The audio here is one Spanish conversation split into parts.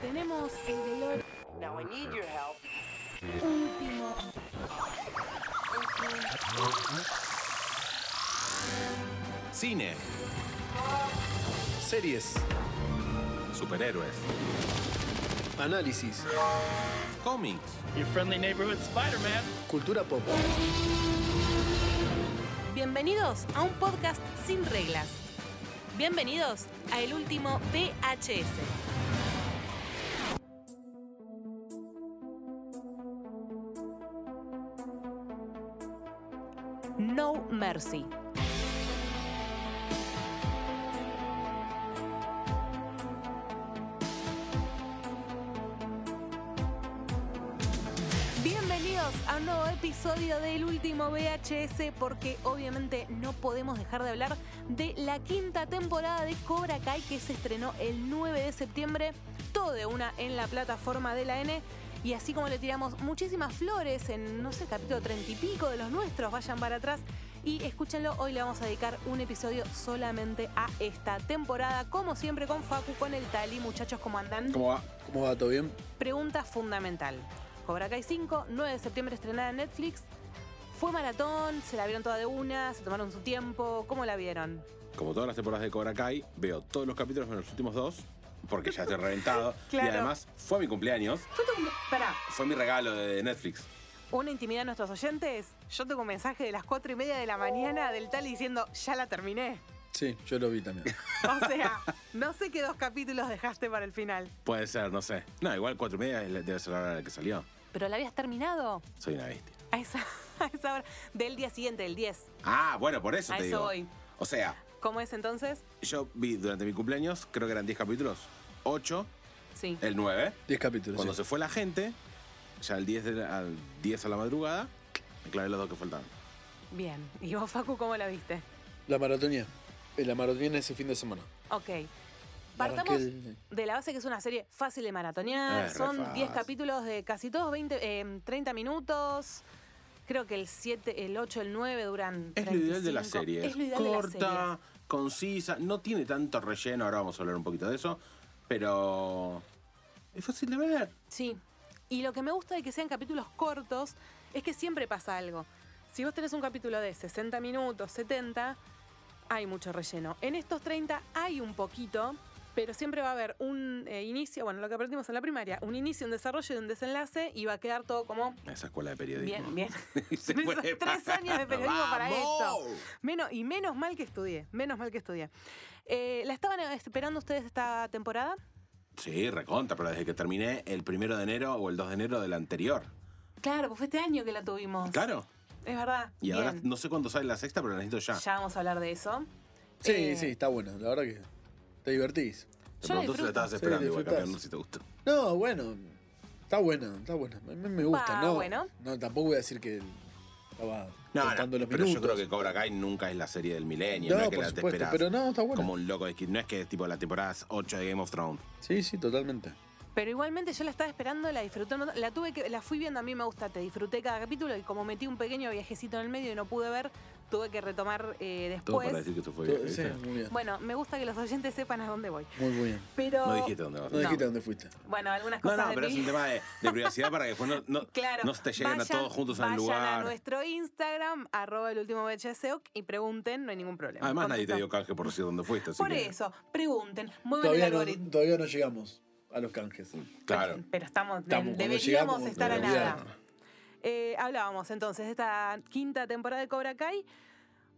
Tenemos el velorio. Now I need your help. Último. Cine. Series. Superhéroes. Análisis. Cómics. Your friendly neighborhood Spider-Man. Cultura pop. Bienvenidos a un podcast sin reglas. Bienvenidos a el último VHS. No Mercy. Bienvenidos a un nuevo episodio del último VHS porque obviamente no podemos dejar de hablar de la quinta temporada de Cobra Kai que se estrenó el 9 de septiembre, todo de una en la plataforma de la N. Y así como le tiramos muchísimas flores en, no sé, capítulo 30 y pico de los nuestros, vayan para atrás y escúchenlo. Hoy le vamos a dedicar un episodio solamente a esta temporada, como siempre con Facu, con el Tali. Muchachos, ¿cómo andan? ¿Cómo va? ¿Cómo va? ¿Todo bien? Pregunta fundamental. Cobra Kai 5, 9 de septiembre estrenada en Netflix. ¿Fue maratón? ¿Se la vieron toda de una? ¿Se tomaron su tiempo? ¿Cómo la vieron? Como todas las temporadas de Cobra Kai, veo todos los capítulos menos los últimos dos, porque ya estoy reventado. Claro. Y además, fue mi cumpleaños. ¿Fue tu... cum- Pará, Fue mi regalo de Netflix. una intimidad a nuestros oyentes. Yo tengo un mensaje de las 4 y media de la mañana del Tali diciendo, ya la terminé. Sí, yo lo vi también. O sea, no sé qué dos capítulos dejaste para el final. Puede ser, no sé. No, igual cuatro y media es la- debe ser la hora en la que salió. Pero la habías terminado Soy una bestia. a esa, a esa hora del día siguiente, del 10. Ah, bueno, por eso A te eso digo. voy. O sea, ¿Cómo es entonces? yo vi durante mi cumpleaños, creo que eran 10 capítulos, 8, Sí. el 9. 10 capítulos. Cuando sí. se fue la gente, ya al 10, de la- al 10 a la madrugada, me clavé los dos que faltaban. Bien. ¿Y vos, Facu, cómo la viste? La maratonía. Eh, La maratonía ese fin de semana. Ok. Partamos Arranqué el- de la base que es una serie fácil de maratonear. Es Eh, re Son 10 fácil. capítulos de casi todos 20, eh, 30 minutos. Creo que el 7, el 8, el 9 duran. Es lo ideal de la 35. serie. Es lo ideal Corta, de la serie. concisa, no tiene tanto relleno, ahora vamos a hablar un poquito de eso, pero es fácil de ver. Sí. Y lo que me gusta de que sean capítulos cortos es que siempre pasa algo. Si vos tenés un capítulo de 60 minutos, 70, hay mucho relleno. En estos 30 hay un poquito, pero siempre va a haber un eh, inicio, bueno, lo que aprendimos en la primaria, un inicio, un desarrollo y un desenlace y va a quedar todo como Esa escuela de periodismo. bien, bien. Se Tres- puede tres parar. años de periodismo para ¡Vamos! esto. Menos, y menos mal que estudié, menos mal que estudié. Eh, ¿La estaban esperando ustedes esta temporada? Sí, reconta, pero desde que terminé el primero de enero o el 2 de enero del anterior. Claro, pues fue este año que la tuvimos. Claro. Es verdad. Y ahora Bien. no sé cuándo sale la sexta, pero la necesito ya. Ya vamos a hablar de eso. Sí, Eh, sí, está bueno. La verdad que te divertís. Yo la Te preguntó si la disfruto. estabas Sí, esperando, igual, disfrutás. campeón, no sé si te gustó. No, bueno. Está buena, está buena. A mí me gusta, Va, ¿no? bueno. No, tampoco voy a decir que estaba No, no, contando los pero minutos. yo creo que Cobra Kai nunca es la serie del milenio, no, No, es que por la te supuesto, esperás pero no, está buena. Como un loco, es que no es que es tipo la temporada 8 de Game of Thrones. Sí, sí, totalmente. Pero igualmente yo la estaba esperando, la disfruté, un montón. la tuve que, la fui viendo, a mí me gusta, te disfruté cada capítulo y como metí un pequeño viajecito en el medio y no pude ver, tuve que retomar eh, Todo después. para decir que esto fue Todo- bien. sí, ¿viste? muy bien. Bueno, me gusta que los oyentes sepan a dónde voy. Muy, muy bien. Pero No dijiste dónde vas. No No, dijiste dónde fuiste. bueno, algunas no, cosas de pero mí. es un tema de, de privacidad para que después no, no, Claro, no se te lleguen vayan- a todos juntos al vayan a lugar. nuestro Instagram, arroba el último VHSOC, y pregunten, no hay ningún problema. Además, nadie te Contesto. dio canje por decir dónde fuiste. así Por que- eso, pregunten, mueven el Todavía algoritmo. no, todavía no llegamos a los canjes. Claro. Pero estamos, Estamos, cuando Mm, deberíamos llegamos, estar a olvidate. nada. Eh, hablábamos entonces de esta quinta temporada de Cobra Kai.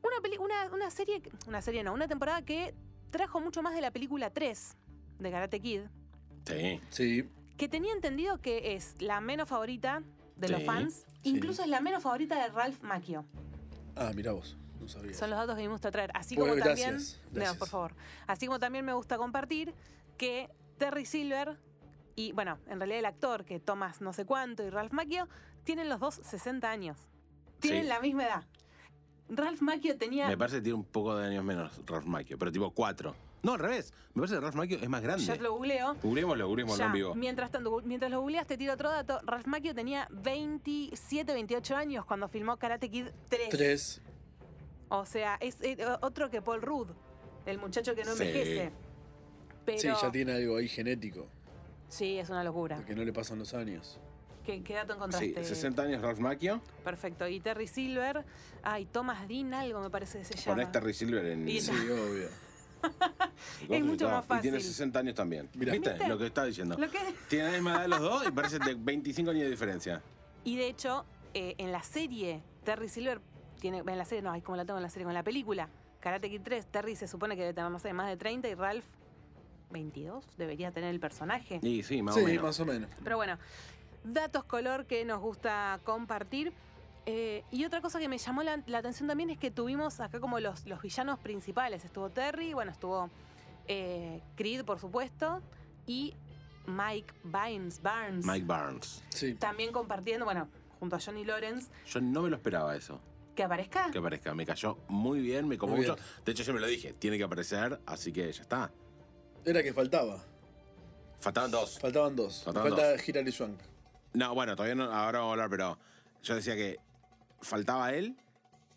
Una, peli- una, una serie, que- una serie no, una temporada que trajo mucho más de la película 3 de Karate Kid, Sí. Sí, que tenía entendido que es la menos favorita de los Sí, fans, sí. incluso es la menos favorita de Ralph Macchio. Ah, mirá vos, no sabía. Son los datos que me gusta traer. Así Bueno, como gracias, también. gracias. No, por favor. Así como también me gusta compartir que Terry Silver y, bueno, en realidad el actor, que Thomas no sé cuánto y Ralph Macchio, tienen los dos 60 años. Tienen Sí. la misma edad. Ralph Macchio tenía. Me parece que tiene un poco de años menos Ralph Macchio, pero tipo 4. No, al revés. Me parece que Ralph Macchio es más grande. Yo te lo googleo. Googleémoslo, googleémoslo Ya, en vivo. mientras tanto, gu- mientras lo googleas, te tiro otro dato. Ralph Macchio tenía 27, 28 años cuando filmó Karate Kid 3. Tres. O sea, es eh, otro que Paul Rudd, el muchacho que no Sí. envejece. Pero Sí, ya tiene algo ahí genético. Sí, es una locura. de que no le pasan los años. ¿Qué, qué dato Sí, encontraste? 60 años Ralph Macchio. Perfecto. Y Terry Silver. Ay, Thomas Dean, algo me parece que se llama. Ponés Terry este Silver en. Y- Sí, obvio. Gotham y mucho todo. más Y tiene fácil. 60 años también. Mirá. ¿Viste? ¿Viste? Lo que estaba diciendo. Lo que- Tiene la misma edad de los dos y parece de 25 años de diferencia. Y de hecho, eh, en la serie, Terry Silver tiene. En la serie, no, ay, como la tengo en la serie, con la película. Karate Kid 3, Terry se supone que debe tener no sé, más de 30 y Ralph 22 debería tener el personaje. Y sí, más sí, o menos. más o menos. Pero bueno, datos color que nos gusta compartir. Eh, y otra cosa que me llamó la, la atención también es que tuvimos acá como los, los villanos principales. Estuvo Terry, bueno, estuvo eh, Creed, por supuesto, y Mike Barnes. Barnes. Mike Barnes. Sí. También compartiendo, bueno, junto a Johnny Lawrence, Yo no me lo esperaba eso, que aparezca. que aparezca. Me cayó muy bien, me como Muy mucho. bien. De hecho, yo me lo dije, tiene que aparecer, así que ya está. Era que faltaba. Faltaban dos. Faltaban dos. Faltaban Falta dos. Hilary Swank. No, bueno, todavía no, ahora vamos a hablar, pero yo decía que faltaba él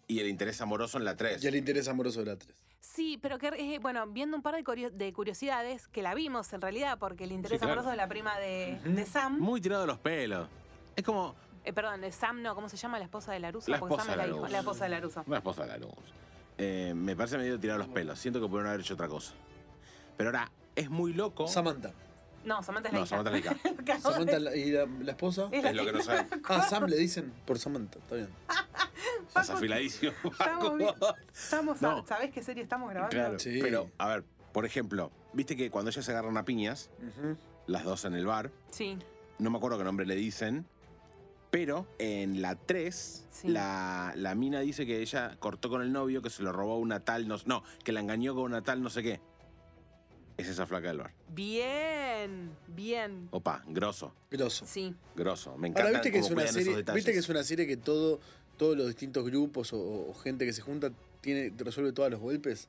y el interés amoroso en la 3. Y el interés amoroso de la 3. Sí, pero que, eh, bueno, viendo un par de, curio- de curiosidades que la vimos en realidad, porque el interés Sí, claro. amoroso de la prima de, de Sam. Muy tirado de los pelos. Es como Eh, perdón, eh, Sam no, ¿cómo se llama la esposa de Laruso? La Porque esposa Sam de es la, hijo- Laruso. la esposa de Laruso. una esposa de la luz. Eh, me parece medio tirado de los pelos. Siento que pudieron haber hecho otra cosa. Pero ahora, es muy loco. Samantha. No, Samantha es la no, hija. Samantha Leica. Acabo de- Samantha la- y la, la esposa. Es la- Es lo que no saben. Ah, Sam le dicen por Samantha. Está bien. Estás afiladísimo. Estamos, bien- estamos a- No. ¿Sabés qué serie estamos grabando? Claro, Sí. pero a ver, por ejemplo, viste que cuando ellas se agarran a piñas, Ujú. las dos en el bar, Sí, no me acuerdo qué nombre le dicen, pero en la 3, Sí. la, la mina dice que ella cortó con el novio, que se lo robó una tal, no, no, que la engañó con una tal, no sé qué. Es esa flaca del bar. bien, bien. Opa, grosso, Grosso. Sí, grosso. Me encanta Ahora, ¿viste que, es cómo una cuidan serie, esos detalles. viste que es una serie que todo, todos los distintos grupos o, o gente que se junta tiene, resuelve todos los golpes.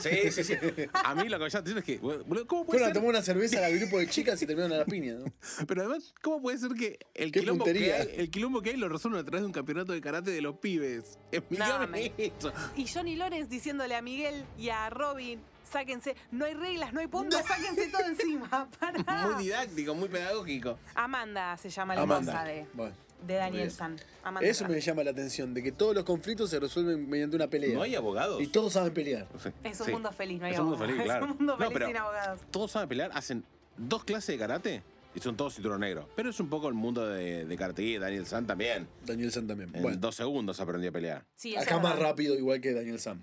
Sí, sí, sí. A mí lo que me llama la atención es que, boludo, ¿cómo puede Fueron a ser? tomar una cerveza al grupo de chicas y terminaron a la piña. ¿no? Pero además, ¿cómo puede ser que el Qué quilombo que, puntería. hay, el quilombo que hay lo resuelven a través de un campeonato de karate de los pibes? Explícame me- eso. y Johnny Lawrence diciéndole a Miguel y a Robin, sáquense, no hay reglas, no hay puntos, sáquense todo encima. Pará. Muy didáctico, muy pedagógico. Amanda se llama la esposa Amanda. de, Bueno. de Daniel bien. San. Amanda Eso me Ferrari. llama la atención, de que todos los conflictos se resuelven mediante una pelea. No hay abogados. Y todos saben pelear. Sí, Es un sí. mundo feliz, no hay Es un mundo abogados. feliz, claro. Es un mundo No, feliz pero sin abogados. Todos saben pelear, hacen dos clases de karate y son todos cinturón negro. Pero es un poco el mundo de, de Karate Kid, Daniel San también. Daniel Sam también. En bueno, dos segundos aprendió a pelear. Sí, eso acá es más verdad. rápido, igual que Daniel Sam.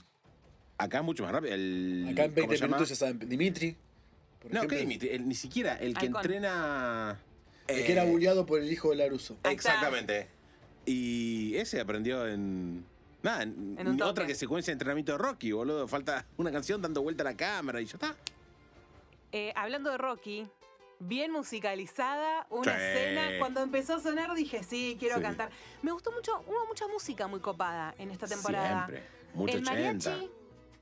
Acá es mucho más rápido. El, Acá en ¿cómo 20 se llama? minutos ya saben. Dimitri, por No, ¿qué ejemplo, Dimitri? El- ni siquiera el que Halcón. entrena. el eh, que era bulleado por el hijo de Laruso. Ahí está. Exactamente. Y ese aprendió en. Nada, en, En un otra toque. que secuencia de entrenamiento de Rocky, boludo. Falta una canción dando vuelta a la cámara y ya está. Eh, hablando de Rocky, bien musicalizada, una Sí. escena. Cuando empezó a sonar dije, sí, quiero Sí. cantar. Me gustó mucho, hubo mucha música muy copada en esta temporada. Siempre. Mucho El 80. mariachi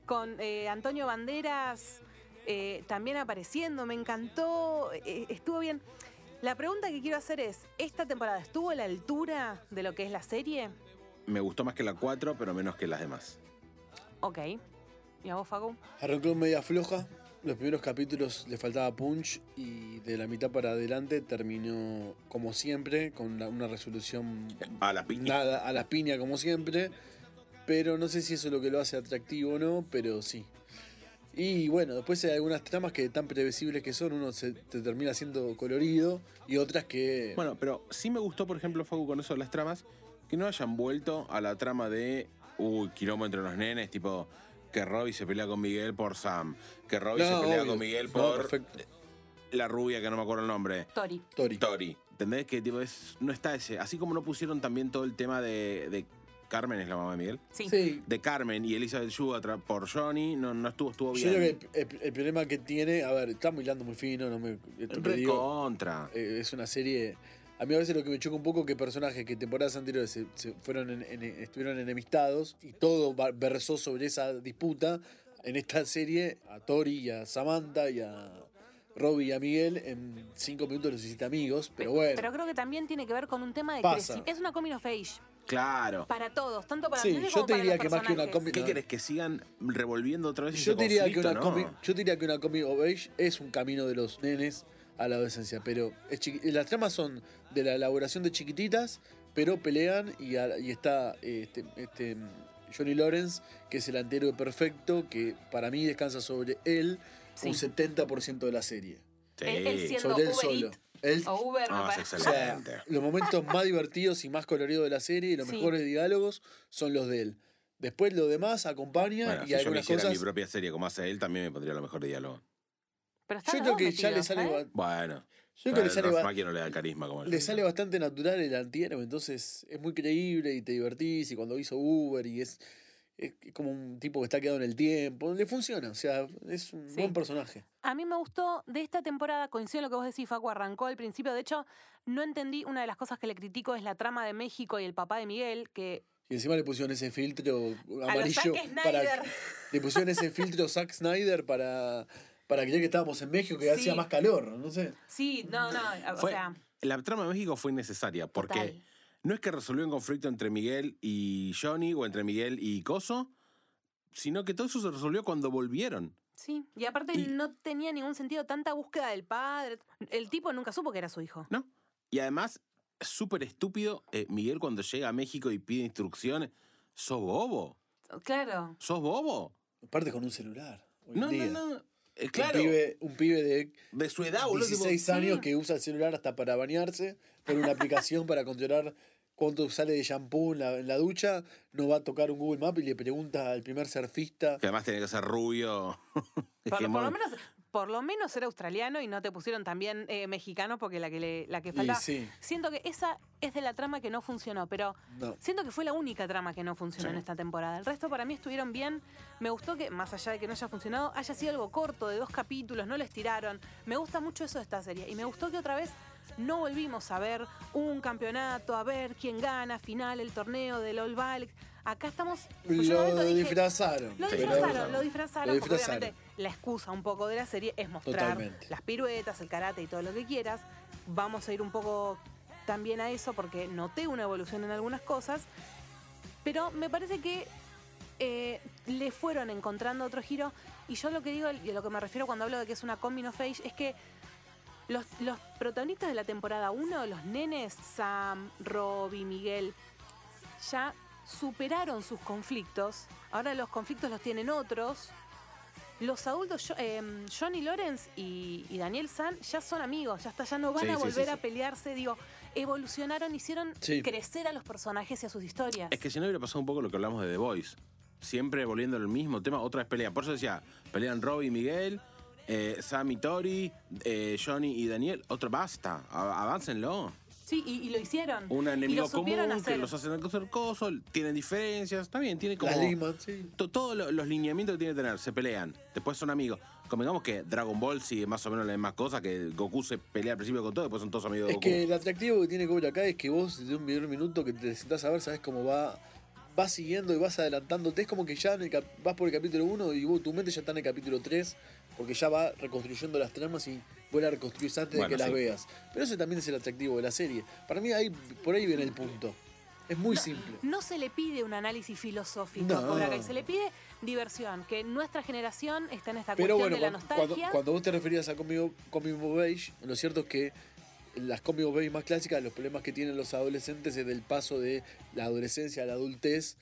con eh, Antonio Banderas eh, también apareciendo, me encantó, eh, estuvo bien. La pregunta que quiero hacer es, ¿esta temporada estuvo a la altura de lo que es la serie? Me gustó más que la 4, pero menos que las demás. Ok. ¿Y a vos, Facu? Arrancó media floja. Los primeros capítulos le faltaba punch y de la mitad para adelante terminó como siempre con la- una resolución A la piña. nada a la piña como siempre, pero no sé si eso es lo que lo hace atractivo o no, pero sí. Y bueno, después hay algunas tramas que tan predecibles que son, uno se te termina siendo colorido y otras que Bueno, pero sí me gustó, por ejemplo, Facu, con eso de las tramas, que no hayan vuelto a la trama de, uy, quilombo entre los nenes, tipo, que Robbie se pelea con Miguel por Sam, que Robbie No, se pelea obvio. con Miguel No, por eh, perfecto. la rubia, que no me acuerdo el nombre, Tori. Tori. Tori. ¿Entendés? Que tipo, es, no está ese. Así como no pusieron también todo el tema de, de Carmen, es la mamá de Miguel, Sí. Sí. de Carmen y Elizabeth Shue atra- por Johnny, no, no estuvo, estuvo Yo creo bien. que el, el- el problema que tiene, a ver, estamos hilando muy fino, no me esto que digo. Recontra. Eh, es una serie. A mí a veces lo que me choca un poco es que personajes que temporadas anteriores se, se fueron en- en- estuvieron enemistados y todo va- versó sobre esa disputa. En esta serie, a Tori y a Samantha y a Robbie y a Miguel, en cinco minutos los hiciste amigos, pero bueno. Pero creo que también tiene que ver con un tema de Pasa. crecimiento. Es una coming of age Claro. para todos, tanto para Sí, los nenes yo como te para diría los que más que una personajes. coming- ¿Qué no. querés? ¿Que sigan revolviendo otra vez yo ese diría, que conflicto, una no? comi- yo diría que una comic of age es un camino de los nenes a la adolescencia. Pero es chiqui- las tramas son de la elaboración de chiquititas, pero pelean y, a- y está eh, este, este, mm, Johnny Lawrence, que es el antero perfecto, que para mí descansa sobre él Sí. un 70% de la serie. Sí. El- el cien- Siendo Sobre él Uber solo. Eats. Oh. Él, O Uber, me Ah, es parece. o sea, excelente. los momentos más divertidos y más coloridos de la serie y los Sí. mejores diálogos son los de él. Después lo demás acompaña Bueno, y si yo me algunas hiciera cosas. mi propia serie como hace él, también me pondría lo mejor de diálogo. Pero están Yo los creo dos que ya le metidos, sale, ¿eh? ba- Bueno, yo creo que le sale, ba- no le da carisma como el le Johnny sale bastante natural el antihéroe, entonces es muy creíble y te divertís. Y cuando hizo Uber y es, es como un tipo que está quedado en el tiempo, le funciona, o sea, es un Sí. buen personaje. A mí me gustó de esta temporada, coincido en lo que vos decís, Facu, arrancó al principio. De hecho, no entendí, una de las cosas que le critico es la trama de México y el papá de Miguel, que Y encima le pusieron ese filtro a los amarillo. Zack Snyder. para, le pusieron ese filtro Zack Snyder para, para creer que estábamos en México, que Sí. hacía más calor, no sé. Sí, no, no, o Fue- sea, La trama de México fue innecesaria porque total. no es que resolvió un conflicto entre Miguel y Johnny o entre Miguel y Coso, sino que todo eso se resolvió cuando volvieron. Sí, y aparte Y- no tenía ningún sentido tanta búsqueda del padre. El tipo nunca supo que era su hijo. ¿No? Y además, súper estúpido, eh, Miguel cuando llega a México y pide instrucciones, sos bobo, Claro. sos bobo. Aparte con un celular. Hoy No, en día. no, no. Eh, Un claro, pibe, un pibe de de su edad, boludo. tipo, 16 años sí. que usa el celular hasta para bañarse, por una aplicación para controlar cuánto sale de shampoo en la, en la ducha, no va a tocar un Google Map y le pregunta al primer surfista. Que además tiene que ser rubio. Por, por lo hegemónico. menos, por lo menos era australiano y no te pusieron también eh, mexicano porque la que le, la que Y faltaba. sí, Siento que esa es de la trama que no funcionó, pero no. Siento que fue la única trama que no funcionó Sí. en esta temporada. El resto para mí estuvieron bien. Me gustó que, más allá de que no haya funcionado, haya sido algo corto, de dos capítulos, no lo estiraron. Me gusta mucho eso de esta serie. Y me gustó que otra vez no volvimos a ver un campeonato, a ver quién gana, final, el torneo del All Balk. Acá estamos. pues yo en un Lo momento dije, disfrazaron. lo Sí, pero- disfrazaron, lo disfrazaron, Lo porque disfrazaron. obviamente la excusa un poco de la serie es mostrar Totalmente. las piruetas, el karate y todo lo que quieras. Vamos a ir un poco también a eso porque noté una evolución en algunas cosas, pero me parece que eh, le fueron encontrando otro giro y yo lo que digo y a lo que me refiero cuando hablo de que es una combi no face es que los, los protagonistas de la temporada 1, los nenes, Sam, Robbie, Miguel, ya superaron sus conflictos. Ahora los conflictos los tienen otros. Los adultos, Jo- em, Johnny Lawrence y, y Daniel San, ya son amigos, ya está, ya no van Sí, a sí, sí, volver a sí. pelearse. Digo, evolucionaron, hicieron Sí. crecer a los personajes y a sus historias. Es que si no hubiera pasado un poco lo que hablamos de The Voice. Siempre volviendo al mismo tema, otra vez pelea. Por eso decía, pelean Robbie y Miguel, eh, Sam y Tori, eh, Johnny y Daniel. Otra, basta, a- aváncenlo. Sí, y, y lo hicieron. Un y enemigo lo supieron común que hacer. los hacen hacer cosas, tienen diferencias, está bien, tiene como... Las limas, sí. to- Todos lo- los lineamientos que tiene que tener, se pelean, después son amigos. Convengamos que Dragon Ball sigue más o menos la misma cosa, que Goku se pelea al principio con todo, después son todos amigos de Es Goku. que el atractivo que tiene Cobra acá es que vos desde un primer minuto que te sentás a ver, sabes cómo va, vas siguiendo y vas adelantándote. Es como que ya en el cap- vas por el capítulo 1 y vos, tu mente ya está en el capítulo 3, porque ya va reconstruyendo las tramas y vos las reconstruís antes Bueno, de que sí. las veas. Pero ese también es el atractivo de la serie. Para mí ahí, por ahí viene el punto. Es muy simple. No se le pide un análisis filosófico a No. Cobra Kai, se le pide diversión, que nuestra generación está en esta Pero cuestión bueno, de la cuan- nostalgia. Cuando, cuando vos te referías a Comic Book- Comic Book Beige, lo cierto es que las Comic Book Beige más clásicas, los problemas que tienen los adolescentes es del paso de la adolescencia a la adultez,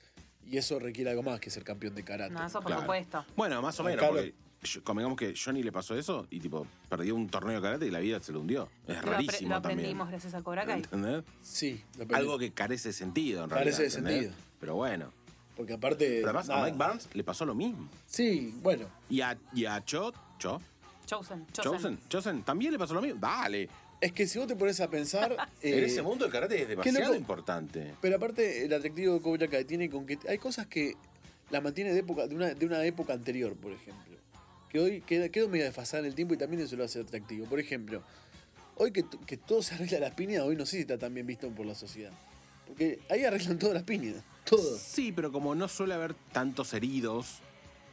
y eso requiere algo más que ser campeón de karate. No, eso por Claro. supuesto. Bueno, más o Acá menos, lo- porque yo- convengamos que Johnny le pasó eso y tipo perdió un torneo de karate y la vida se lo hundió. Es Lo, apre- rarísimo lo también. aprendimos gracias a Cobra Kai. ¿Entendés? Sí, lo perdí. Algo que carece de sentido, en realidad. Carece de ¿entendés? sentido. Pero bueno. Porque aparte. Pero además nada. a Mike Barnes le pasó lo mismo. Sí, bueno. Y a, y a Cho, Cho, Chosen, Chosen. Chosen, Chosen también le pasó lo mismo. Dale. Es que si vos te pones a pensar. en eh, ese mundo el karate es demasiado loco. importante. Pero aparte, el atractivo de Cobra Kai tiene con que hay cosas que la mantiene de época de una, de una época anterior, por ejemplo. Que hoy queda, quedó medio desfasada en el tiempo y también eso lo hace atractivo. Por ejemplo, hoy que, t- que todo se arregla a las piñas, hoy no sé si está tan bien visto por la sociedad. Porque ahí arreglan todas las piñas. Todo. Sí, pero como no suele haber tantos heridos,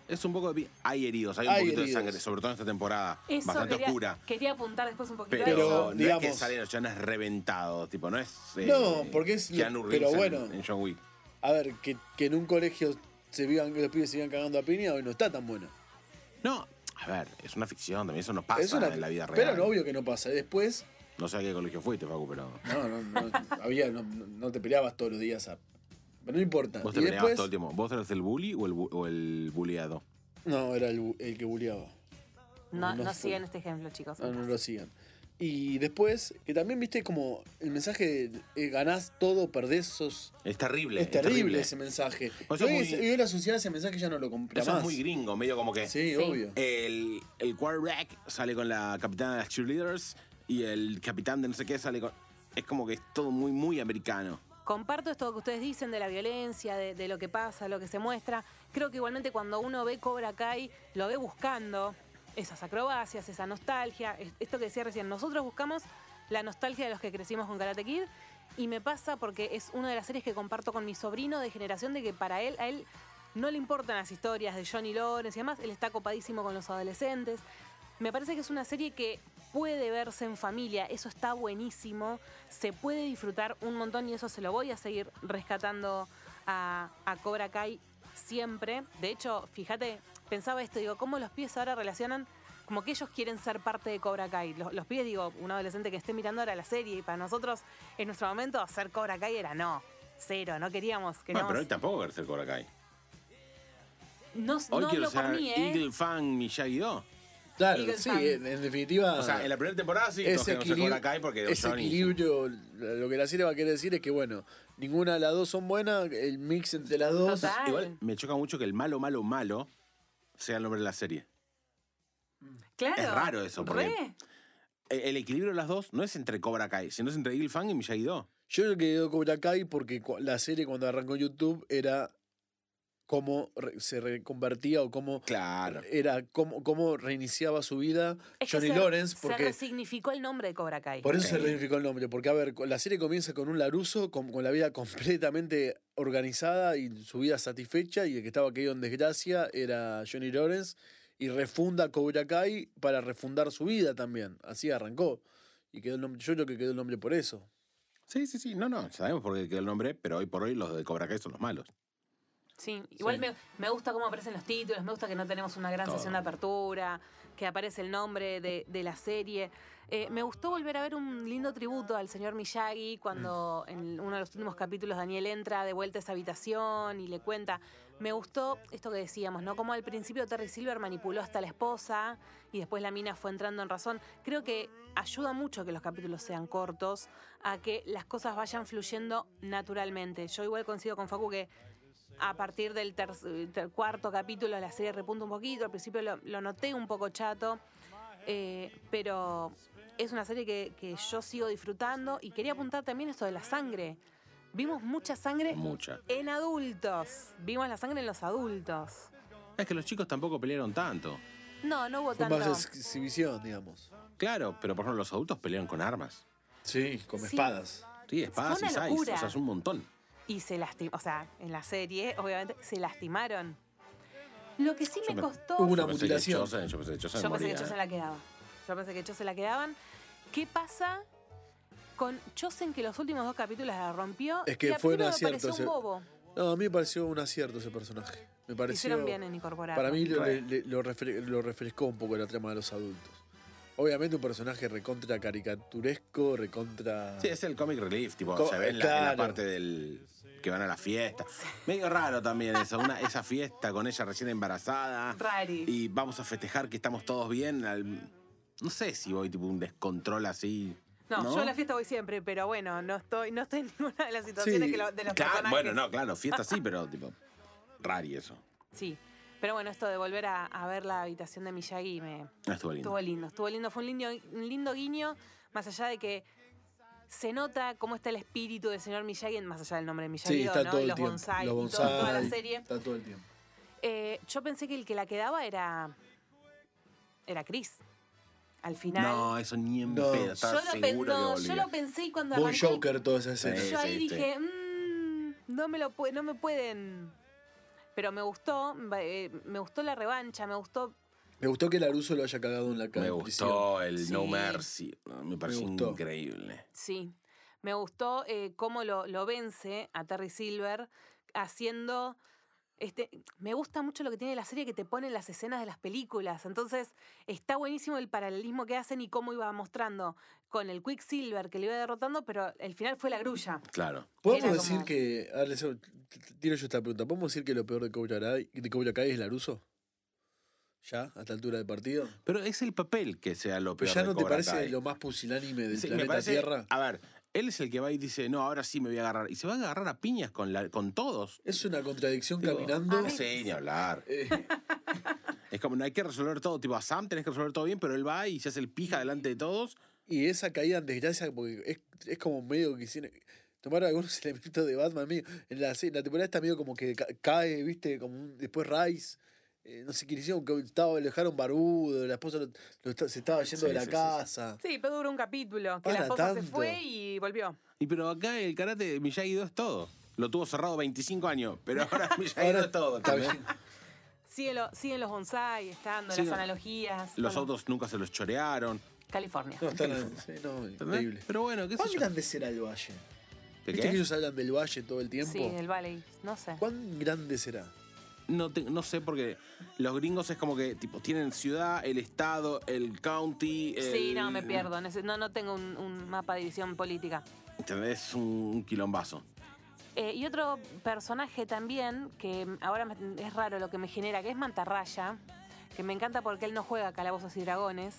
es un poco de... pi- Hay heridos, hay un Hay poquito de heridos. sangre, sobre todo en esta temporada. Eso bastante quería, oscura. quería apuntar después un poquito a Pero, eso. no es que digamos- salen los chanas reventados, tipo, no es. eh, No, porque es lo- Keanu Reeves pero en- bueno. en, John Wick. A ver, que, que en un colegio se vivan, los pibes se iban cagando a piña, hoy no está tan bueno. No, A ver, es una ficción también, eso no pasa Es una- en la vida real. Pero no, obvio que no pasa. Y Después, No sé a qué colegio fuiste, Facu, pero. no, no, no, había, no, no- no te peleabas todos los días a. Pero no importa. Vos te y peleabas después, todo el tiempo. ¿Vos eras el bully o el, bu- o el bulleado? No, era el, bu- el que buleaba. No, No no sé. Ah. siguen este ejemplo, chicos. No, no lo sigan. Y después, que también viste como el mensaje de, eh, ganás todo, perdés, sos. Es terrible. Es terrible ese mensaje. O sea, Y hoy, muy- es- hoy la sociedad ese mensaje ya no lo compra Eso más. es muy gringo, medio como que. Sí, Sí. obvio. El, el quarterback sale con la capitana de las cheerleaders y el capitán de no sé qué sale con. Es como que es todo muy, muy americano. Comparto esto que ustedes dicen de la violencia, de, de lo que pasa, lo que se muestra. Creo que igualmente cuando uno ve Cobra Kai, lo ve buscando esas acrobacias, esa nostalgia. Es- Esto que decía recién, nosotros buscamos la nostalgia de los que crecimos con Karate Kid. Y me pasa porque es una de las series que comparto con mi sobrino de generación de que para él, a él no le importan las historias de Johnny Lawrence y demás. Él está copadísimo con los adolescentes. Me parece que es una serie que puede verse en familia, eso está buenísimo, se puede disfrutar un montón y eso se lo voy a seguir rescatando a, a Cobra Kai siempre. De hecho, fíjate, pensaba esto, digo, cómo los pibes ahora relacionan como que ellos quieren ser parte de Cobra Kai. Los, los pibes, digo, un adolescente que esté mirando ahora la serie y para nosotros en nuestro momento ser Cobra Kai era no, cero, no queríamos, Bueno, queríamos pero hoy tampoco quiero ser Cobra Kai. no, Hoy no quiero hablo ser por mí, ¿eh? Eagle Fan Miyagi-Do. Claro, Eagle sí, Fan. en, en definitiva. O sea, en la primera temporada sí, todos queremos ese ser equilibrio, Cobra Kai porque ese Johnny- equilibrio, lo que la serie va a querer decir es que, bueno, ninguna de las dos son buenas, el mix entre las dos. Total. Igual me choca mucho que el malo, malo, malo sea el nombre de la serie. Claro. Es raro eso, porque- Re. El, el equilibrio de las dos no es entre Cobra Kai, sino es entre Eagle Fan y Miyagi-Do. Yo creo que quedó Cobra Kai porque cu- la serie cuando arrancó en YouTube era cómo re- se reconvertía o cómo Claro. era cómo, cómo reiniciaba su vida Es que Johnny se- Lawrence Se porque resignificó el nombre de Cobra Kai. por eso se Ok. reunificó el nombre porque a ver con- la serie comienza con un Laruso con, con la vida completamente organizada y su vida satisfecha y el que estaba caído en desgracia era Johnny Lawrence y refunda Cobra Kai para refundar su vida también así arrancó y quedó el nombre yo creo que quedó el nombre por eso Sí, sí, sí. No, no, sabemos por qué quedó el nombre, pero hoy por hoy los de Cobra Kai son los malos. Sí, igual Sí. Me, me gusta cómo aparecen los títulos, me gusta que no tenemos una gran Todo. sesión de apertura, que aparece el nombre de, de la serie. Eh, me gustó volver a ver un lindo tributo al señor Miyagi cuando en uno de los últimos capítulos Daniel entra de vuelta a esa habitación y le cuenta. Me gustó esto que decíamos, ¿no? Como al principio Terry Silver manipuló hasta la esposa y después la mina fue entrando en razón. Creo que ayuda mucho que los capítulos sean cortos, a que las cosas vayan fluyendo naturalmente. Yo igual coincido con Facu que a partir del ter- ter- cuarto capítulo la serie repunta un poquito, al principio lo, lo noté un poco chato, eh, pero es una serie que, que yo sigo disfrutando y quería apuntar también esto de la sangre. Vimos mucha sangre Mucha. en adultos, vimos la sangre en los adultos. Es que los chicos tampoco pelearon tanto. No, no hubo fue tanto. más exhibición digamos Claro, pero por ejemplo, los adultos pelearon con armas. Sí, con Sí. espadas. Sí, espadas Fue y una sais. O locura. sea, es un montón. Y se lastimaron, o sea, en la serie, obviamente, se lastimaron. Lo que sí Yo me me- costó... Hubo Una Yo pensé que mutilación. Chosen- Yo pensé que Chosen Yo pensé moría, que yo se ¿eh? la quedaba. Yo pensé que yo se la quedaban. ¿Qué pasa con Chosen que los últimos dos capítulos la rompió? Es que y a fue Piro un me acierto pareció ese- un bobo. No, a mí me pareció un acierto ese personaje. Me pareció. Hicieron bien en incorporar. Para mí lo, Re. le- lo refre- lo refrescó un poco la trama de los adultos. Obviamente un personaje recontra caricaturesco, recontra. Sí, es el comic relief, tipo, Co- se ve en la, en la claro. parte del. que van a la fiesta. Medio raro también eso, una, esa fiesta con ella recién embarazada. Rari. Y vamos a festejar que estamos todos bien. al- no sé si voy tipo un descontrol así. No, yo a la fiesta voy siempre, pero bueno, no estoy, no estoy en ninguna de las situaciones Sí. que lo- de los Claro, personajes. bueno, no, claro, fiesta sí, pero tipo. Rari eso. Sí. Pero bueno, esto de volver a, a ver la habitación de Miyagi me, No estuvo lindo. Estuvo lindo, estuvo lindo, fue un lindo, un lindo guiño, más allá de que se nota cómo está el espíritu del señor Miyagi, más allá del nombre de Miyagi, Sí, está ¿no? todo y el los tiempo. bonsai, los y todo- toda la bonsai, serie. Está todo el tiempo. Eh, yo pensé que el que la quedaba era. era Chris. Al final. No, eso ni en No. pedo, yo, estaba lo pen- seguro no, que yo volvía. lo pensé y cuando Muy arrancó, Joker toda esa escena. Sí. yo ahí viste. dije, "Mm, no me lo pu- no me pueden. Pero me gustó, eh, me gustó la revancha, me gustó Me gustó que Laruso lo haya cagado en la cara. Me en prisión. gustó el No Sí. Mercy. Me pareció gustó. increíble. Sí, me gustó eh, cómo lo, lo vence a Terry Silver haciendo Este, me gusta mucho lo que tiene la serie que te pone las escenas de las películas. Entonces, está buenísimo el paralelismo que hacen y cómo iba mostrando con el Quicksilver que le iba derrotando, pero el final fue la grulla. Claro. ¿Podemos Era decir como- que. A ver, les hago- t- t- tiro yo esta pregunta. ¿Podemos decir que lo peor de Cobra Kai, de Cobra Kai es Laruso? ¿Ya? ¿A esta altura del partido? Pero es el papel que sea lo peor. ¿Pero ya de no te Cobra parece Kai. lo más pusilánime del Sí, me planeta parece- Tierra? A ver, él es el que va y dice, no, ahora sí me voy a agarrar. Y se va a agarrar a piñas con, la, con todos. Es una contradicción Digo, caminando. a No mí- sé ni hablar. Eh, Es como, no hay que resolver todo. Tipo, a Sam tenés que resolver todo bien, pero él va y se hace el pija delante de todos. y esa caída en desgracia, porque es, es como medio que hicieron. Tomar algunos elementos de Batman medio. En la, se- en la temporada está medio como que ca- cae, viste, como un- después Rice. eh, no sé qué le hicieron, que estaba, lo dejaron barbudo, la esposa lo- lo está- se estaba Sí, yendo de la sí, sí, sí. casa. Sí, pero duró un capítulo, que Para la esposa se tanto. fue y volvió. Y pero acá el karate Miyagi-Do es todo. Lo tuvo cerrado 25 años, pero ahora Miyagi-Do Ahora es todo. está ¿entendés? bien. Siguen, lo- siguen los bonsai, estando, Sí, las no. analogías. Los Bueno, autos nunca se los chorearon. California. No, está la- sí, no, ¿entendés? increíble. Pero bueno, qué sé ¿Cuán yo. grande será el valle? ¿Qué, ¿Viste qué? que ellos hablan del valle todo el tiempo? Sí, el valley, no sé. ¿Cuán grande será? No, te- no sé, porque los gringos es como que tipo tienen ciudad, el estado, el county. Sí, el- no, me pierdo. No, sé- no, no tengo un, un mapa de división política. ¿Entendés? Un quilombazo. Eh, y otro personaje también, que ahora me- es raro lo que me genera, que es Mantarraya, que me encanta porque él no juega a calabozos y dragones,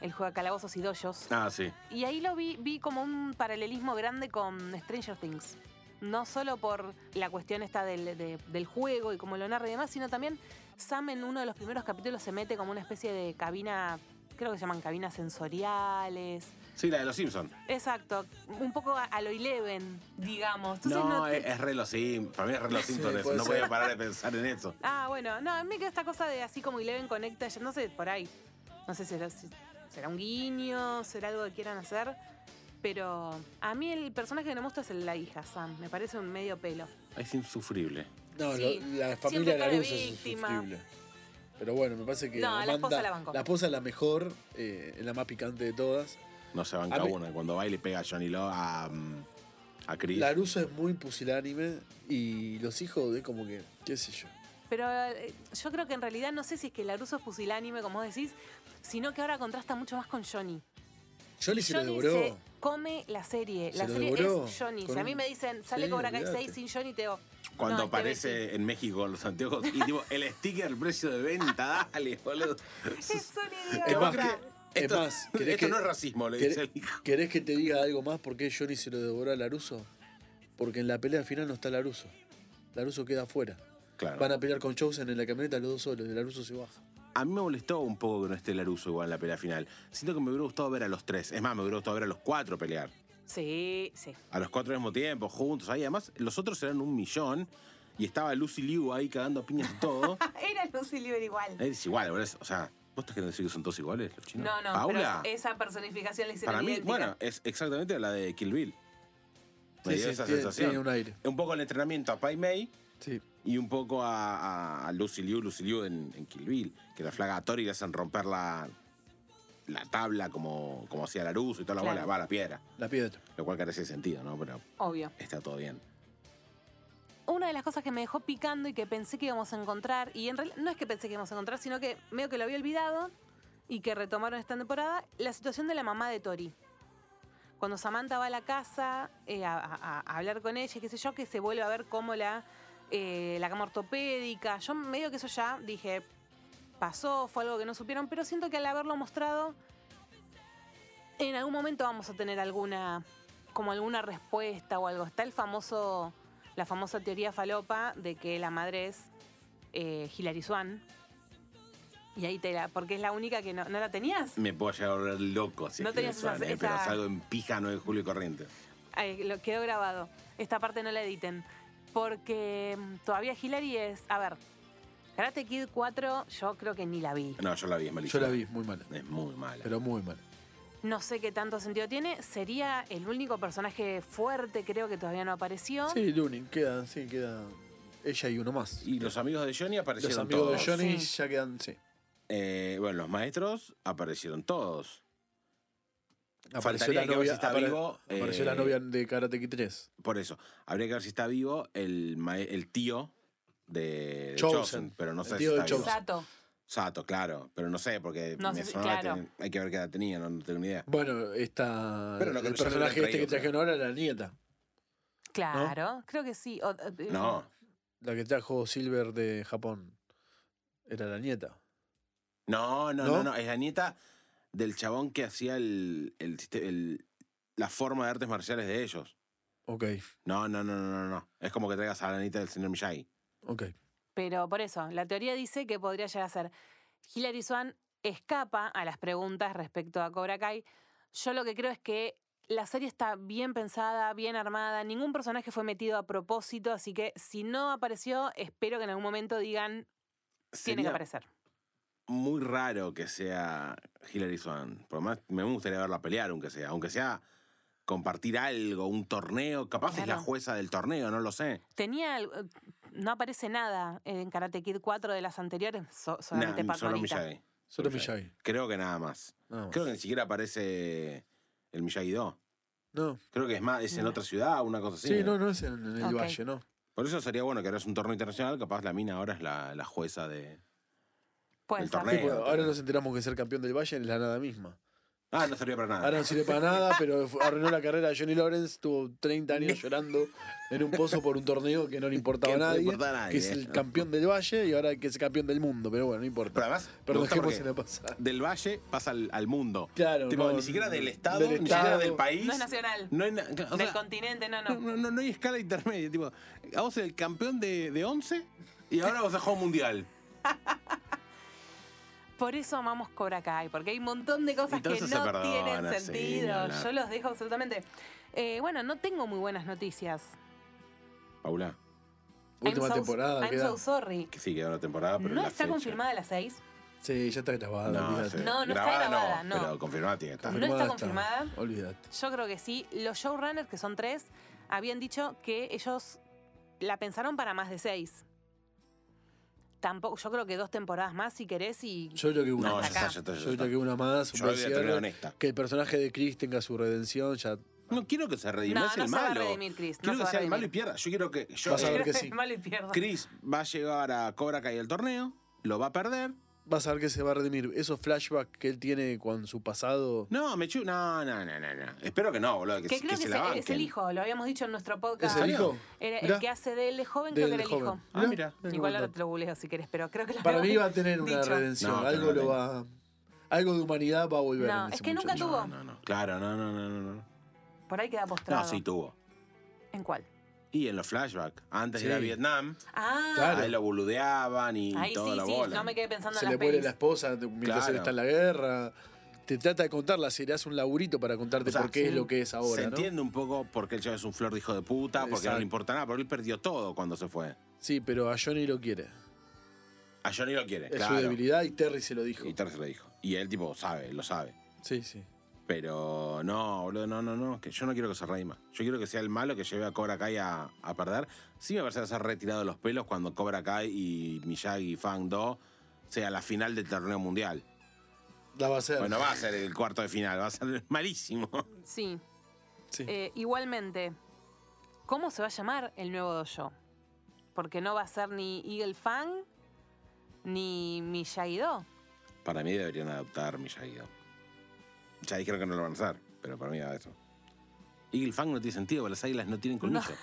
él juega a calabozos y doyos. Ah, sí. Y ahí lo vi, vi como un paralelismo grande con Stranger Things. No solo por la cuestión esta del, de- del juego y cómo lo narra y demás, sino también Sam en uno de los primeros capítulos se mete como una especie de cabina, creo que se llaman cabinas sensoriales. Sí, la de los Simpsons. Exacto, un poco a, a lo Eleven, digamos. Entonces no, no eh. te- es, es re los Simpsons. Para mí es re los Sí, Simpsons eso. puede No ser. podía parar de pensar en eso. Ah, bueno, no, a mí me queda esta cosa de así como Eleven conecta, yo no sé, por ahí. No sé si será, si será un guiño, será algo que quieran hacer. Pero a mí el personaje que no me gusta es el- la hija, Sam. Me parece un medio pelo. Es insufrible. No, Sí. lo- la Siempre familia cae Laruso es víctima. insufrible. Pero bueno, me parece que No, la Amanda- esposa la bancó. la esposa es la mejor, eh, es la más picante de todas. No se A banca mí- uno. Cuando va y le pega a Johnny Law a, mm, a Chris. Laruso es muy pusilánime y los hijos de como que, qué sé yo. Pero eh, yo creo que en realidad no sé si es que Laruso es pusilánime, como vos decís, sino que ahora contrasta mucho más con Johnny. Johnny se lo Johnny devoró. se come la serie. Se la lo serie devoró. es Johnny. Con Si a mí un- me dicen, sale Sí, Cobra Kai olvídate. 6 sin Johnny, te digo, Cuando no, este aparece en México en los anteojos y tipo el sticker, el precio de venta, dale, boludo. Es un Que idiota. vos más que- creas- es esto, más, ¿querés esto que- no es racismo, le ¿Querés, dice el hijo. querés que te diga algo más por qué Johnny se lo devoró a Laruso? Porque en la pelea final no está Laruso. Laruso queda afuera. Claro. Van a pelear con Chosen en la camioneta los dos solos. y Laruso se baja. A mí me molestó un poco que no esté Laruso igual en la pelea final. Siento que me hubiera gustado ver a los tres. Es más, me hubiera gustado ver a los cuatro pelear. Sí, sí. A los cuatro al mismo tiempo, juntos. Ahí además, los otros eran un millón. Y estaba Lucy Liu ahí cagando a piñas y todo. Ah, Era Lucy Liver igual. es igual, boludo. O sea, ¿vos estás queriendo decir que son todos iguales los chinos? No, no, Paula, pero esa personificación la hicieron para mí, idéntica. bueno, es exactamente la de Kill Bill. Me dio esa tiene- sensación. tiene un aire. Un poco el entrenamiento a Pai Mei Sí. y un poco a, a- a Lucy Liu, Lucy Liu en, en Kill Bill, que la flaga a Tori y le hacen romper la, la tabla como, como hacía Laruso y toda la Claro. bola, va a la piedra, La piedra. lo cual carece de sentido, ¿no? Pero Obvio. está todo bien. Una de las cosas que me dejó picando y que pensé que íbamos a encontrar, y en realidad no es que pensé que íbamos a encontrar, sino que medio que lo había olvidado y que retomaron esta temporada, la situación de la mamá de Tori. Cuando Samantha va a la casa eh, a, a- a hablar con ella, qué sé yo, que se vuelve a ver cómo la, eh, la cama ortopédica. Yo medio que eso ya dije, pasó, fue algo que no supieron, pero siento que al haberlo mostrado, en algún momento vamos a tener alguna, como alguna respuesta o algo. Está el famoso, la famosa teoría falopa de que la madre es eh, Hilary Swan. Y ahí te la, porque es la única que no, ¿no la tenías. Me puedo llegar a volver loco si No es que tenías me suena, esa- ¿eh? pero esa- salgo en pija 9 de julio y corriente. Ay, lo quedó grabado. Esta parte no la editen. Porque mm, todavía Hillary es. A ver, Karate Kid 4, yo creo que ni la vi. No, yo la vi, es Yo malísima. la vi, muy mala. Es muy mala. Pero muy mala. No sé qué tanto sentido tiene. Sería el único personaje fuerte, creo que todavía no apareció. Sí, Lunin, quedan, sí, queda ella y uno más. Y los amigos de Johnny Los aparecieron amigos todos. de Johnny Sí. ya quedan, sí. Eh, bueno, los maestros aparecieron todos. Apareció Faltaría la que ver si novia, está apare- vivo, apareció eh, la novia de Karate Kid 3. Por eso, habría que ver si está vivo el, mae- el tío de, de Chosen. Chosen, pero no sé El si tío de está vivo. Chosen. Sato. Sato, claro, pero no sé, porque No me sé si- sonaba que claro. ten- hay que ver qué edad tenía, no, no tengo ni idea. Bueno, esta, Pero no, que el yo no hubiera personaje este que creído, trajeron ahora era la nieta. Claro, creo que sí. O- eh, No, La que trajo Silver de Japón. Era la nieta. no, no, no, ¿No? no, es la nieta del chabón que hacía el, el, siste- el- la forma de artes marciales de ellos. Ok, No, no, no, no, no, no. Es como que traigas a la nieta del señor Miyagi. ok. Pero por eso, la teoría dice que podría llegar a ser. Hilary Swan escapa a las preguntas respecto a Cobra Kai. Yo lo que creo es que la serie está bien pensada, bien armada, ningún personaje fue metido a propósito, así que si no apareció, espero que en algún momento digan, tiene que Sería aparecer. muy raro que sea Hilary Swan. Por lo más, me gustaría verla pelear, aunque sea. Aunque sea compartir algo, un torneo. Capaz es la Claro. jueza del torneo, no lo sé. Tenía, al- no aparece nada en Karate Kid 4 de las anteriores, so- solamente Nah, solo Patronita. Miyagi. Solo Ok. Miyagi. Creo que nada más. Nada más. Creo que ni siquiera aparece el Miyagi-Do. No, Creo que es más, es en No. otra ciudad, una cosa así. sí, no, no es en, en el Ok. valle, ¿no? Por eso sería bueno que ahora es un torneo internacional, capaz la mina ahora es la, la jueza de. Puede El ser. Sí, torneo. porque ahora nos enteramos que ser campeón del valle es la nada misma. Ah, no sirvió para nada. Ahora no sirve para nada, pero fu- arruinó la carrera de Johnny Lawrence. Estuvo 30 años llorando en un pozo por un torneo que no le importaba Que a no le nadie. importaba a nadie. eh. Que es el campeón del valle y ahora que es el campeón del mundo. Pero bueno, no Pero importa. además, me Pero gusta dejemos porque en la pasada. del valle pasa al, al mundo. Claro, Tipo, no, ni siquiera del del estado, ni estado. siquiera del país. No es nacional. No hay na- o Del sea, continente, no, no, no. no- no- no hay escala intermedia. Tipo, a vos sos el campeón de, de 11 y ahora vas a jugar un mundial. Por eso amamos Cobra Kai, porque hay un montón de cosas que Entonces se no perdona, tienen sí, ni sentido. hablar. Yo los dejo absolutamente. Eh, bueno, no tengo muy buenas noticias. Paula, Última I'm so- temporada. I'm queda- so sorry. que sí quedó la temporada, Ah, pero. ¿No la está fecha- confirmada la 6? Sí, ya está grabada. No, olvídate. sí. No, no está grabada, no. Pero confirmada tiene que estar. No está confirmada. Olvídate. Yo creo que sí. Los showrunners, que son tres, habían dicho que ellos la pensaron para más de seis. Tampoco, yo creo que dos temporadas más si querés y. Yo creo que una No, ya más. está, acá. ya está. Yo Ya creo que está. una más. un Yo buen había cierre. terminado en esta. Que el personaje de Chris tenga su redención. Ya No quiero que se redima, no, es no el se va a malo. redimir, Chris. No se Quiero que va a sea el malo y redimir. pierda. Yo quiero que. Yo, Vas a eh, ver que sí. Malo y pierdo. Chris va a llegar a Cobra Kai al torneo, lo va a perder. vas a ver que se va a redimir. Esos flashbacks que él tiene con su pasado. No, me chu- No, no, no, no, no. Espero que no, boludo. Que, Que se- creo que, se es, la el- es banquen. el hijo, lo habíamos dicho en nuestro ¿Es podcast. el Claro. hijo? Era el Mirá. que hace de él de joven, creo Del que era el joven. hijo. Ah, mira. Igual mirá cómo ahora está. te lo googleo si querés, pero creo que lo Para mí habíamos va a tener una dicho. redención. No, algo pero no lo va. Algo de humanidad va a volver. No, en es ese que nunca muchacho. tuvo. No, no, no. Claro, no, no, no, no. No, Por ahí queda postrado. no sí tuvo. ¿En cuál? Y en los flashbacks, antes Sí. de ir a Vietnam, Ah, Claro. ahí lo boludeaban y ahí toda sí, la sí, bola. no me quedé pensando Se en le las muere pelis. la esposa de- mientras Claro. él está en la guerra. Te trata de contarla, si le hace un laburito para contarte O sea, por qué sí. es lo que es ahora. se ¿no? entiende un poco por qué el chavo es un flor de hijo de puta, porque no Exacto. le importa nada, porque él perdió todo cuando se fue. Sí, pero a Johnny lo quiere. A Johnny lo quiere, Es claro. su debilidad y Terry se lo dijo. Y Terry se lo dijo. Y él, tipo, sabe, lo sabe. Sí, sí. Pero no, boludo, no, no, no. Que yo no quiero que se reima. Yo quiero que sea el malo que lleve a Cobra Kai a, a perder. Sí me parece que se ha retirado los pelos cuando Cobra Kai y Miyagi y Fang Do sea la final del torneo mundial. La va a hacer. Bueno, va a ser el cuarto de final, va a ser malísimo. Sí. Sí. Eh, igualmente, ¿cómo se va a llamar el nuevo dojo? Porque no va a ser ni Eagle Fang ni Miyagi-Do. Para mí deberían adoptar Miyagi-Do. Ya dijeron que no lo van a hacer, pero para mí va eso. Eagle Fang no tiene sentido, porque las águilas no tienen colmillo.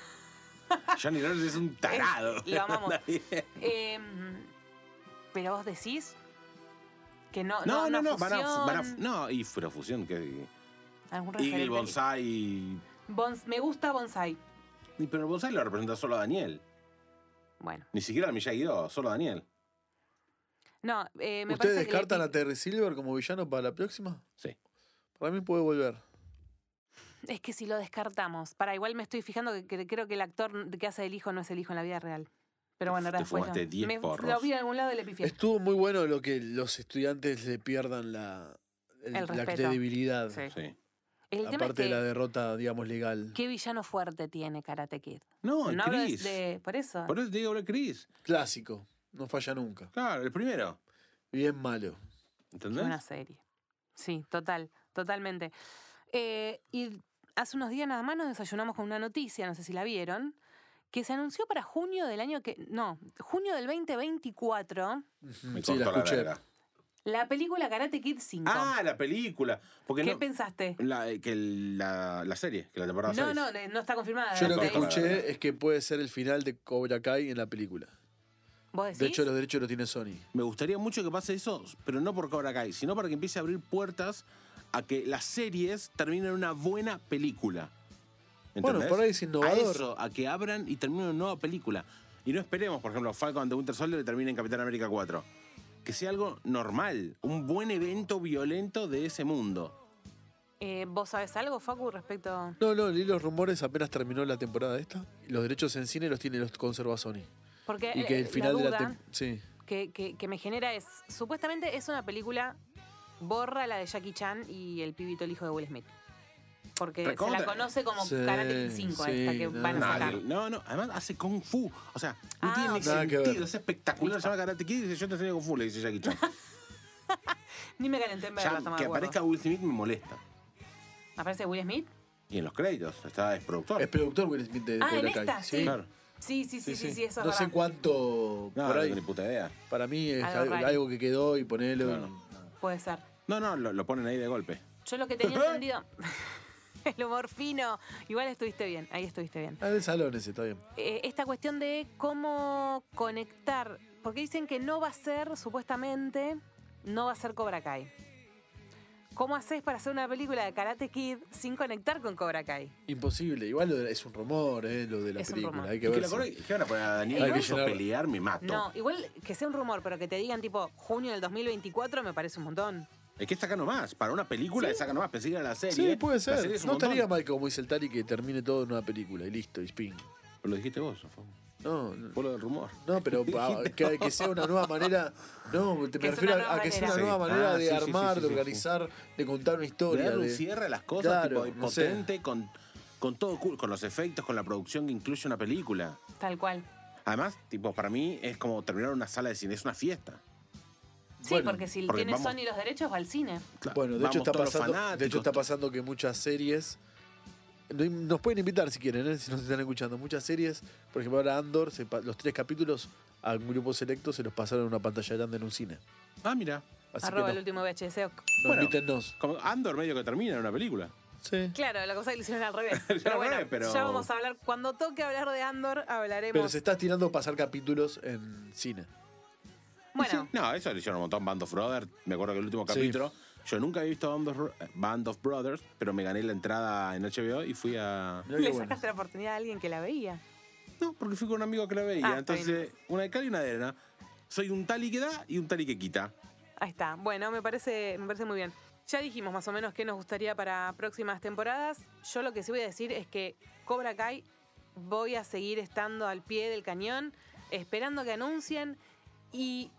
Johnny Lawrence es un tarado. lo amamos. Eh, pero vos decís que no. No, no, una no, van a, van a- fusión, No, y pero fusión, que. algún Eagle referente. Bonsai. Bons- me gusta Bonsai. Y Pero el Bonsai lo representa solo a Daniel. Bueno, Ni siquiera al Miyagi-Do, solo a Daniel. no, eh, me ¿Ustedes parece que le- descartan a Terry Silver como villano para la próxima? Sí. Para mí puede volver. Es que si lo descartamos, para igual me estoy fijando que, que creo que el actor que hace el hijo no es el hijo en la vida real. Pero bueno, ahora Te después. fumaste lo- 10 me- porros. Lo vi en algún lado y le pifié. Estuvo muy bueno lo que los estudiantes le pierdan la, el- El la respeto. credibilidad. Sí. Sí. El tema es Aparte de la que, derrota, digamos, legal. ¿qué villano fuerte tiene Karate Kid? No, el No hablo de, este- Chris. de- Por eso. Por eso te digo, el Chris. Clásico. No falla nunca. Claro, el primero. Bien malo. Qué ¿Entendés? buena serie. Sí, total, totalmente. Eh, y hace unos días nada más nos desayunamos con una noticia, no sé si la vieron, que se anunció para junio del año que. No, junio del 2024, Me Sí, la cortó la escuché. verga. la película Karate Kid 5. Ah, la película. Porque ¿Qué no, pensaste? la, eh, que la, la serie, que la temporada No, seis. no, no, no está confirmada. Yo lo Ah, ¿ok? que Cortó la verga. escuché es que puede ser el final de Cobra Kai en la película. ¿Vos decís? De hecho, los derechos los tiene Sony. Me gustaría mucho que pase eso, pero no por Cobra Kai, sino para que empiece a abrir puertas a que las series terminen en una buena película. Bueno, ¿Entendés? por ahí es innovador. A eso, a que abran y terminen una nueva película. Y no esperemos, por ejemplo, Falcon and the Winter Soldier y termine en Capitán América 4. Que sea algo normal, un buen evento violento de ese mundo. Eh, ¿Vos sabés algo, Facu, respecto.? No, no, leí los rumores apenas terminó la temporada esta. Los derechos en cine los tiene los conserva Sony. Porque Y que eh, el final la de duda la tem- Sí. que, que- que me genera es. Supuestamente es una película. Borra la de Jackie Chan y el pibito, el hijo de Will Smith. Porque se Recontra- la conoce como Sí, Karate Kid 5, sí, esta que no. van a sacar. Nadie- no, no, además hace Kung Fu. O sea, no Ah, tiene ok. ni Nada que sentido, ver. es espectacular. Se llama Karate Kid y dice, yo te enseño Kung Fu, le dice Jackie Chan. Ni me calenté en Ya, verla, que aparezca Will Smith me molesta. ¿Aparece Will Smith? Y en los créditos, está, es productor. Es productor Will Smith de Ah, Cobra en Kai. esta, sí. Claro. Sí, sí, sí, sí, sí, eso es No verdad. sé cuánto. No, por no ahí. tengo ni puta idea. Para mí es Algo algo, raro. algo que quedó y ponelo. y- Claro. Puede ser. No, no, lo, lo ponen ahí de golpe. Yo lo que tenía entendido. El humor fino. Igual estuviste bien, ahí estuviste bien. Ah, de salón ese, está bien. eh, esta cuestión de cómo conectar, porque dicen que no va a ser, supuestamente, no va a ser Cobra Kai. ¿Cómo haces para hacer una película de Karate Kid sin conectar con Cobra Kai? Imposible. Igual lo de- es un rumor, ¿eh? Lo de la Es un película. rumor. Hay que ¿Y que ver. la si- corre- ¿Qué van a poner a Daniel Hay que Russo? llenar- pelear? Me mato. No, igual que sea un rumor, pero que te digan tipo junio del 2024 me parece un montón. Es que saca nomás. Para una película saca nomás. Pensé que era la serie. Sí, puede La ser. serie es un No montón. estaría mal, como dice el Tari, que termine todo en una película y listo, y ping. Pero lo dijiste vos, Sofón. No, no. Fue lo del rumor. No, pero pa- que, que sea una nueva manera. No, te Que me es refiero una a, a nueva que sea una manera. nueva Sí. manera Ah, de sí, sí, sí, armar, sí, de sí, organizar, de contar una historia. Le dan un de- cierre a las cosas, Claro, tipo, no sé. potente, con, con todo cool, con los efectos, con la producción que incluye una película. Tal cual. Además, tipo, para mí es como terminar una sala de cine, es una fiesta. Sí, Bueno, porque si porque tiene vamos- Sony los derechos va al cine. Claro, Bueno, de vamos hecho, está todos los pasando, de hecho fanáticos, está pasando que muchas series. no- Nos pueden invitar si quieren, ¿eh? si nos están escuchando. Muchas series, por ejemplo, ahora Andor, se pa- los tres capítulos a un grupo selecto se los pasaron en una pantalla grande en un cine. Ah, mira. Así Arroba que el no, último VHS. no, Bueno. invítennos. Como Andor medio que termina en una película. Sí. Claro, la cosa que le hicieron al revés. Al Pero bueno, revés, pero- ya vamos a hablar. Cuando toque hablar de Andor, hablaremos. Pero se está estirando pasar capítulos en cine. Bueno, No, eso lo hicieron un montón Band of Brothers. Me acuerdo que el último Sí. capítulo. Yo nunca había visto Band of, Band of Brothers, pero me gané la entrada en HBO y fui a. Mirá qué le bueno. sacaste la oportunidad a alguien que la veía. No, porque fui con un amigo que la veía. Ah, está Entonces, una de cal y una de arena. Soy un tal y que da y un tal y que quita. Ahí está. Bueno, me parece, me parece muy bien. Ya dijimos más o menos qué nos gustaría para próximas temporadas. Yo lo que sí voy a decir es que Cobra Kai voy a seguir estando al pie del cañón, esperando que anuncien. Y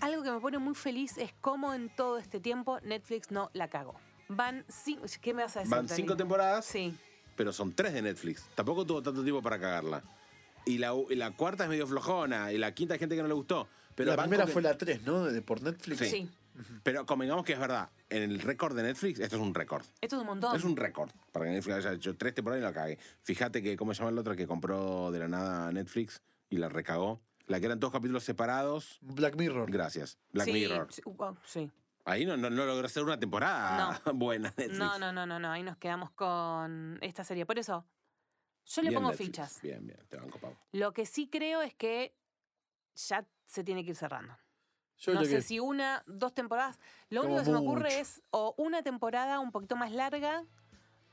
algo que me pone muy feliz es cómo en todo este tiempo Netflix no la cagó. Van cinco. ¿Qué me vas a decir? Van Tony? cinco temporadas, Sí. pero son tres de Netflix. Tampoco tuvo tanto tiempo para cagarla. Y la, y la cuarta es medio flojona. Y la quinta hay gente que no le gustó. Pero la banco primera que- fue la 3, ¿no? De, por Netflix. sí, Sí. Pero convengamos que es verdad. En el récord de Netflix, esto es un récord. Esto es un montón. Es un récord para que Netflix haya hecho tres temporadas y la cague. Fíjate que, ¿cómo se llama la otra que compró de la nada Netflix y la recagó? La que eran todos capítulos separados. Black Mirror. Gracias. Black Sí, Mirror. sí, wow, sí. Ahí no, no, no logró hacer una temporada buena Netflix. No, no, no, no, no. Ahí nos quedamos con esta serie. Por eso, yo le Bien, pongo Netflix. fichas. Bien, bien, te banco, Pau. Lo que sí creo es que ya se tiene que ir cerrando. Yo no creo sé que- si una, dos temporadas. Lo Como único que se me mucho. ocurre es o una temporada un poquito más larga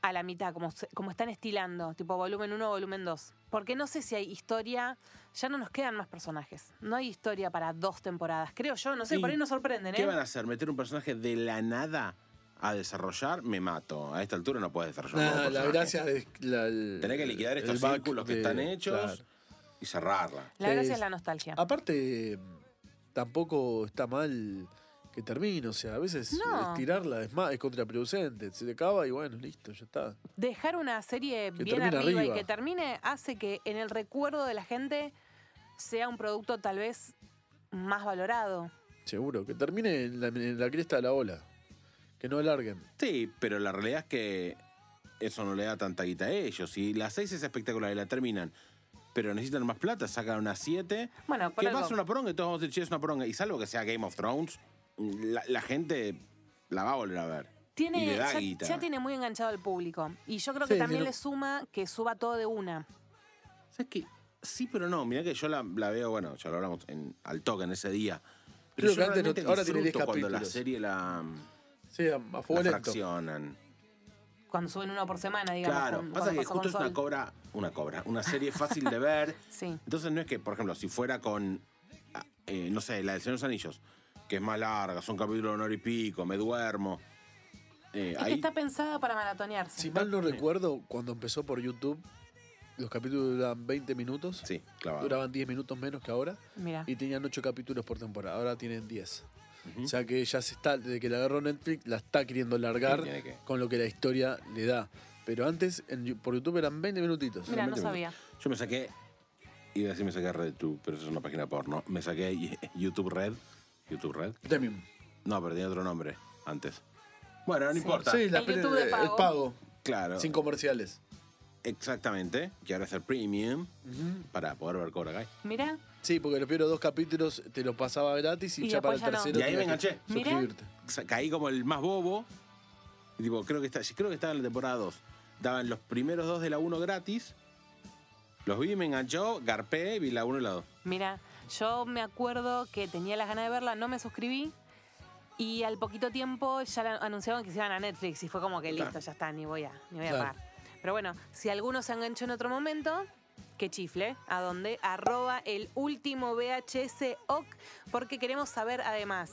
a la mitad, como, se- como están estilando, tipo volumen 1, volumen 2. Porque no sé si hay historia, ya no nos quedan más personajes. No hay historia para dos temporadas, creo yo, no sé, Sí. por ahí nos sorprenden, ¿Qué van ¿eh? a hacer? ¿Meter un personaje de la nada a desarrollar? Me mato. A esta altura no puedes desarrollar un Nah, nuevo la personaje. gracia es la, el- Tenés que liquidar el estos back círculos que de- están hechos claro. y cerrarla. La gracia es- es la nostalgia. Aparte, tampoco está mal que termine, o sea, a veces No. estirarla es más, es contraproducente, se te acaba y bueno, listo, ya está. dejar una serie Que bien termine arriba, y arriba. que termine hace que en el recuerdo de la gente sea un producto tal vez más valorado. Seguro, que termine en la, en la cresta de la ola. Que no alarguen. Sí, pero la realidad es que eso no le da tanta guita a ellos. Si la 6 es espectacular y la terminan pero necesitan más plata, sacan una 7. Bueno, por que algo- va a ser una poronga y todos vamos a decir, che, es una poronga. Y salvo que sea Game of Thrones, la, la gente la va a volver a ver. y Tiene, le da ya, guita. ya tiene muy enganchado al público. Y yo creo Sí, que también pero- le suma que suba todo de una. ¿Sabes qué? Sí, pero no. Mirá que yo la, la veo, bueno, ya lo hablamos en, al toque en ese día. Pero Creo yo que antes no- realmente ahora tiene disfruto 10 cuando la capítulos. serie la, Sí, a, a fuego la lento. fraccionan. Cuando suben uno por semana, digamos. Claro, con- pasa cuando que pasó con justo es una Sol. cobra, una cobra, una serie fácil de ver. Sí. Entonces no es que, por ejemplo, si fuera con, ah, eh, no sé, la del Señor de los Anillos, que es más larga, son capítulos de una hora y pico, me duermo. eh, Es que ahí, está pensada para maratonearse. Si mal no recuerdo, cuando empezó por YouTube, los capítulos duraban 20 minutos. sí, clavado. Duraban 10 minutos menos que ahora. Mira. Y tenían 8 capítulos por temporada. Ahora tienen 10. Ujú. O sea que ya se está, desde que la agarró Netflix, la está queriendo largar Sí, tiene que. con lo que la historia le da. Pero antes, en Yu- por YouTube eran 20 minutitos. Mira, no Realmente me- sabía. Yo me saqué, iba a decir me saqué Red Tube, pero eso es una página porno. Me saqué YouTube Red. YouTube Red. Premium. No, pero tenía otro nombre antes. Bueno, no importa. Sí, la El pre- YouTube de el pago. pago, Claro. sin comerciales. Exactamente. Que ahora es el premium para poder ver Cobra Kai. Mira. Sí, porque los primeros dos capítulos te los pasaba gratis y, Y ya para el después ya no. tercero. Y ahí me tenías que enganché. Mirá. Suscribirte. Sa- Caí como el más bobo. Y tipo, creo que está, creo que estaba en la temporada 2. Daban los primeros dos de la 1 gratis. Los vi, me enganchó, garpé, vi la 1 y la 2. Mira, yo me acuerdo que tenía las ganas de verla, no me suscribí y al poquito tiempo ya la- anunciaban que se iban a Netflix y fue como que Claro. listo, ya está, ni voy a, ni voy a Claro. pagar. Pero bueno, si alguno se enganchó en otro momento, que chifle, a donde arroba el último VHS OC, porque queremos saber además.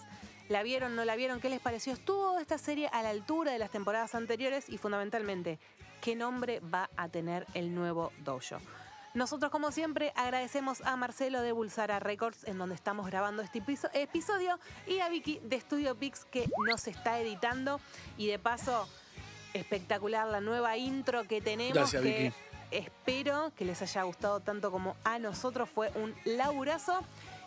¿La vieron, no la vieron? ¿Qué les pareció? ¿Estuvo esta serie a la altura de las temporadas anteriores? Y fundamentalmente, ¿qué nombre va a tener el nuevo dojo? Nosotros, como siempre, agradecemos a Marcelo de Bulsara Records, en donde estamos grabando este episo- episodio, y a Vicky de Studio Pix, que nos está editando. Y de paso, espectacular la nueva intro que tenemos. Gracias, que Vicky. Espero que les haya gustado tanto como a nosotros. Fue un laburazo.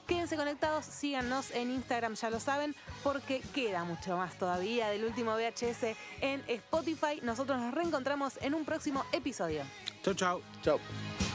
Quédense conectados, síganos en Instagram, ya lo saben, porque queda mucho más todavía del último VHS en Spotify. Nosotros nos reencontramos en un próximo episodio. Chau, chau. Chao.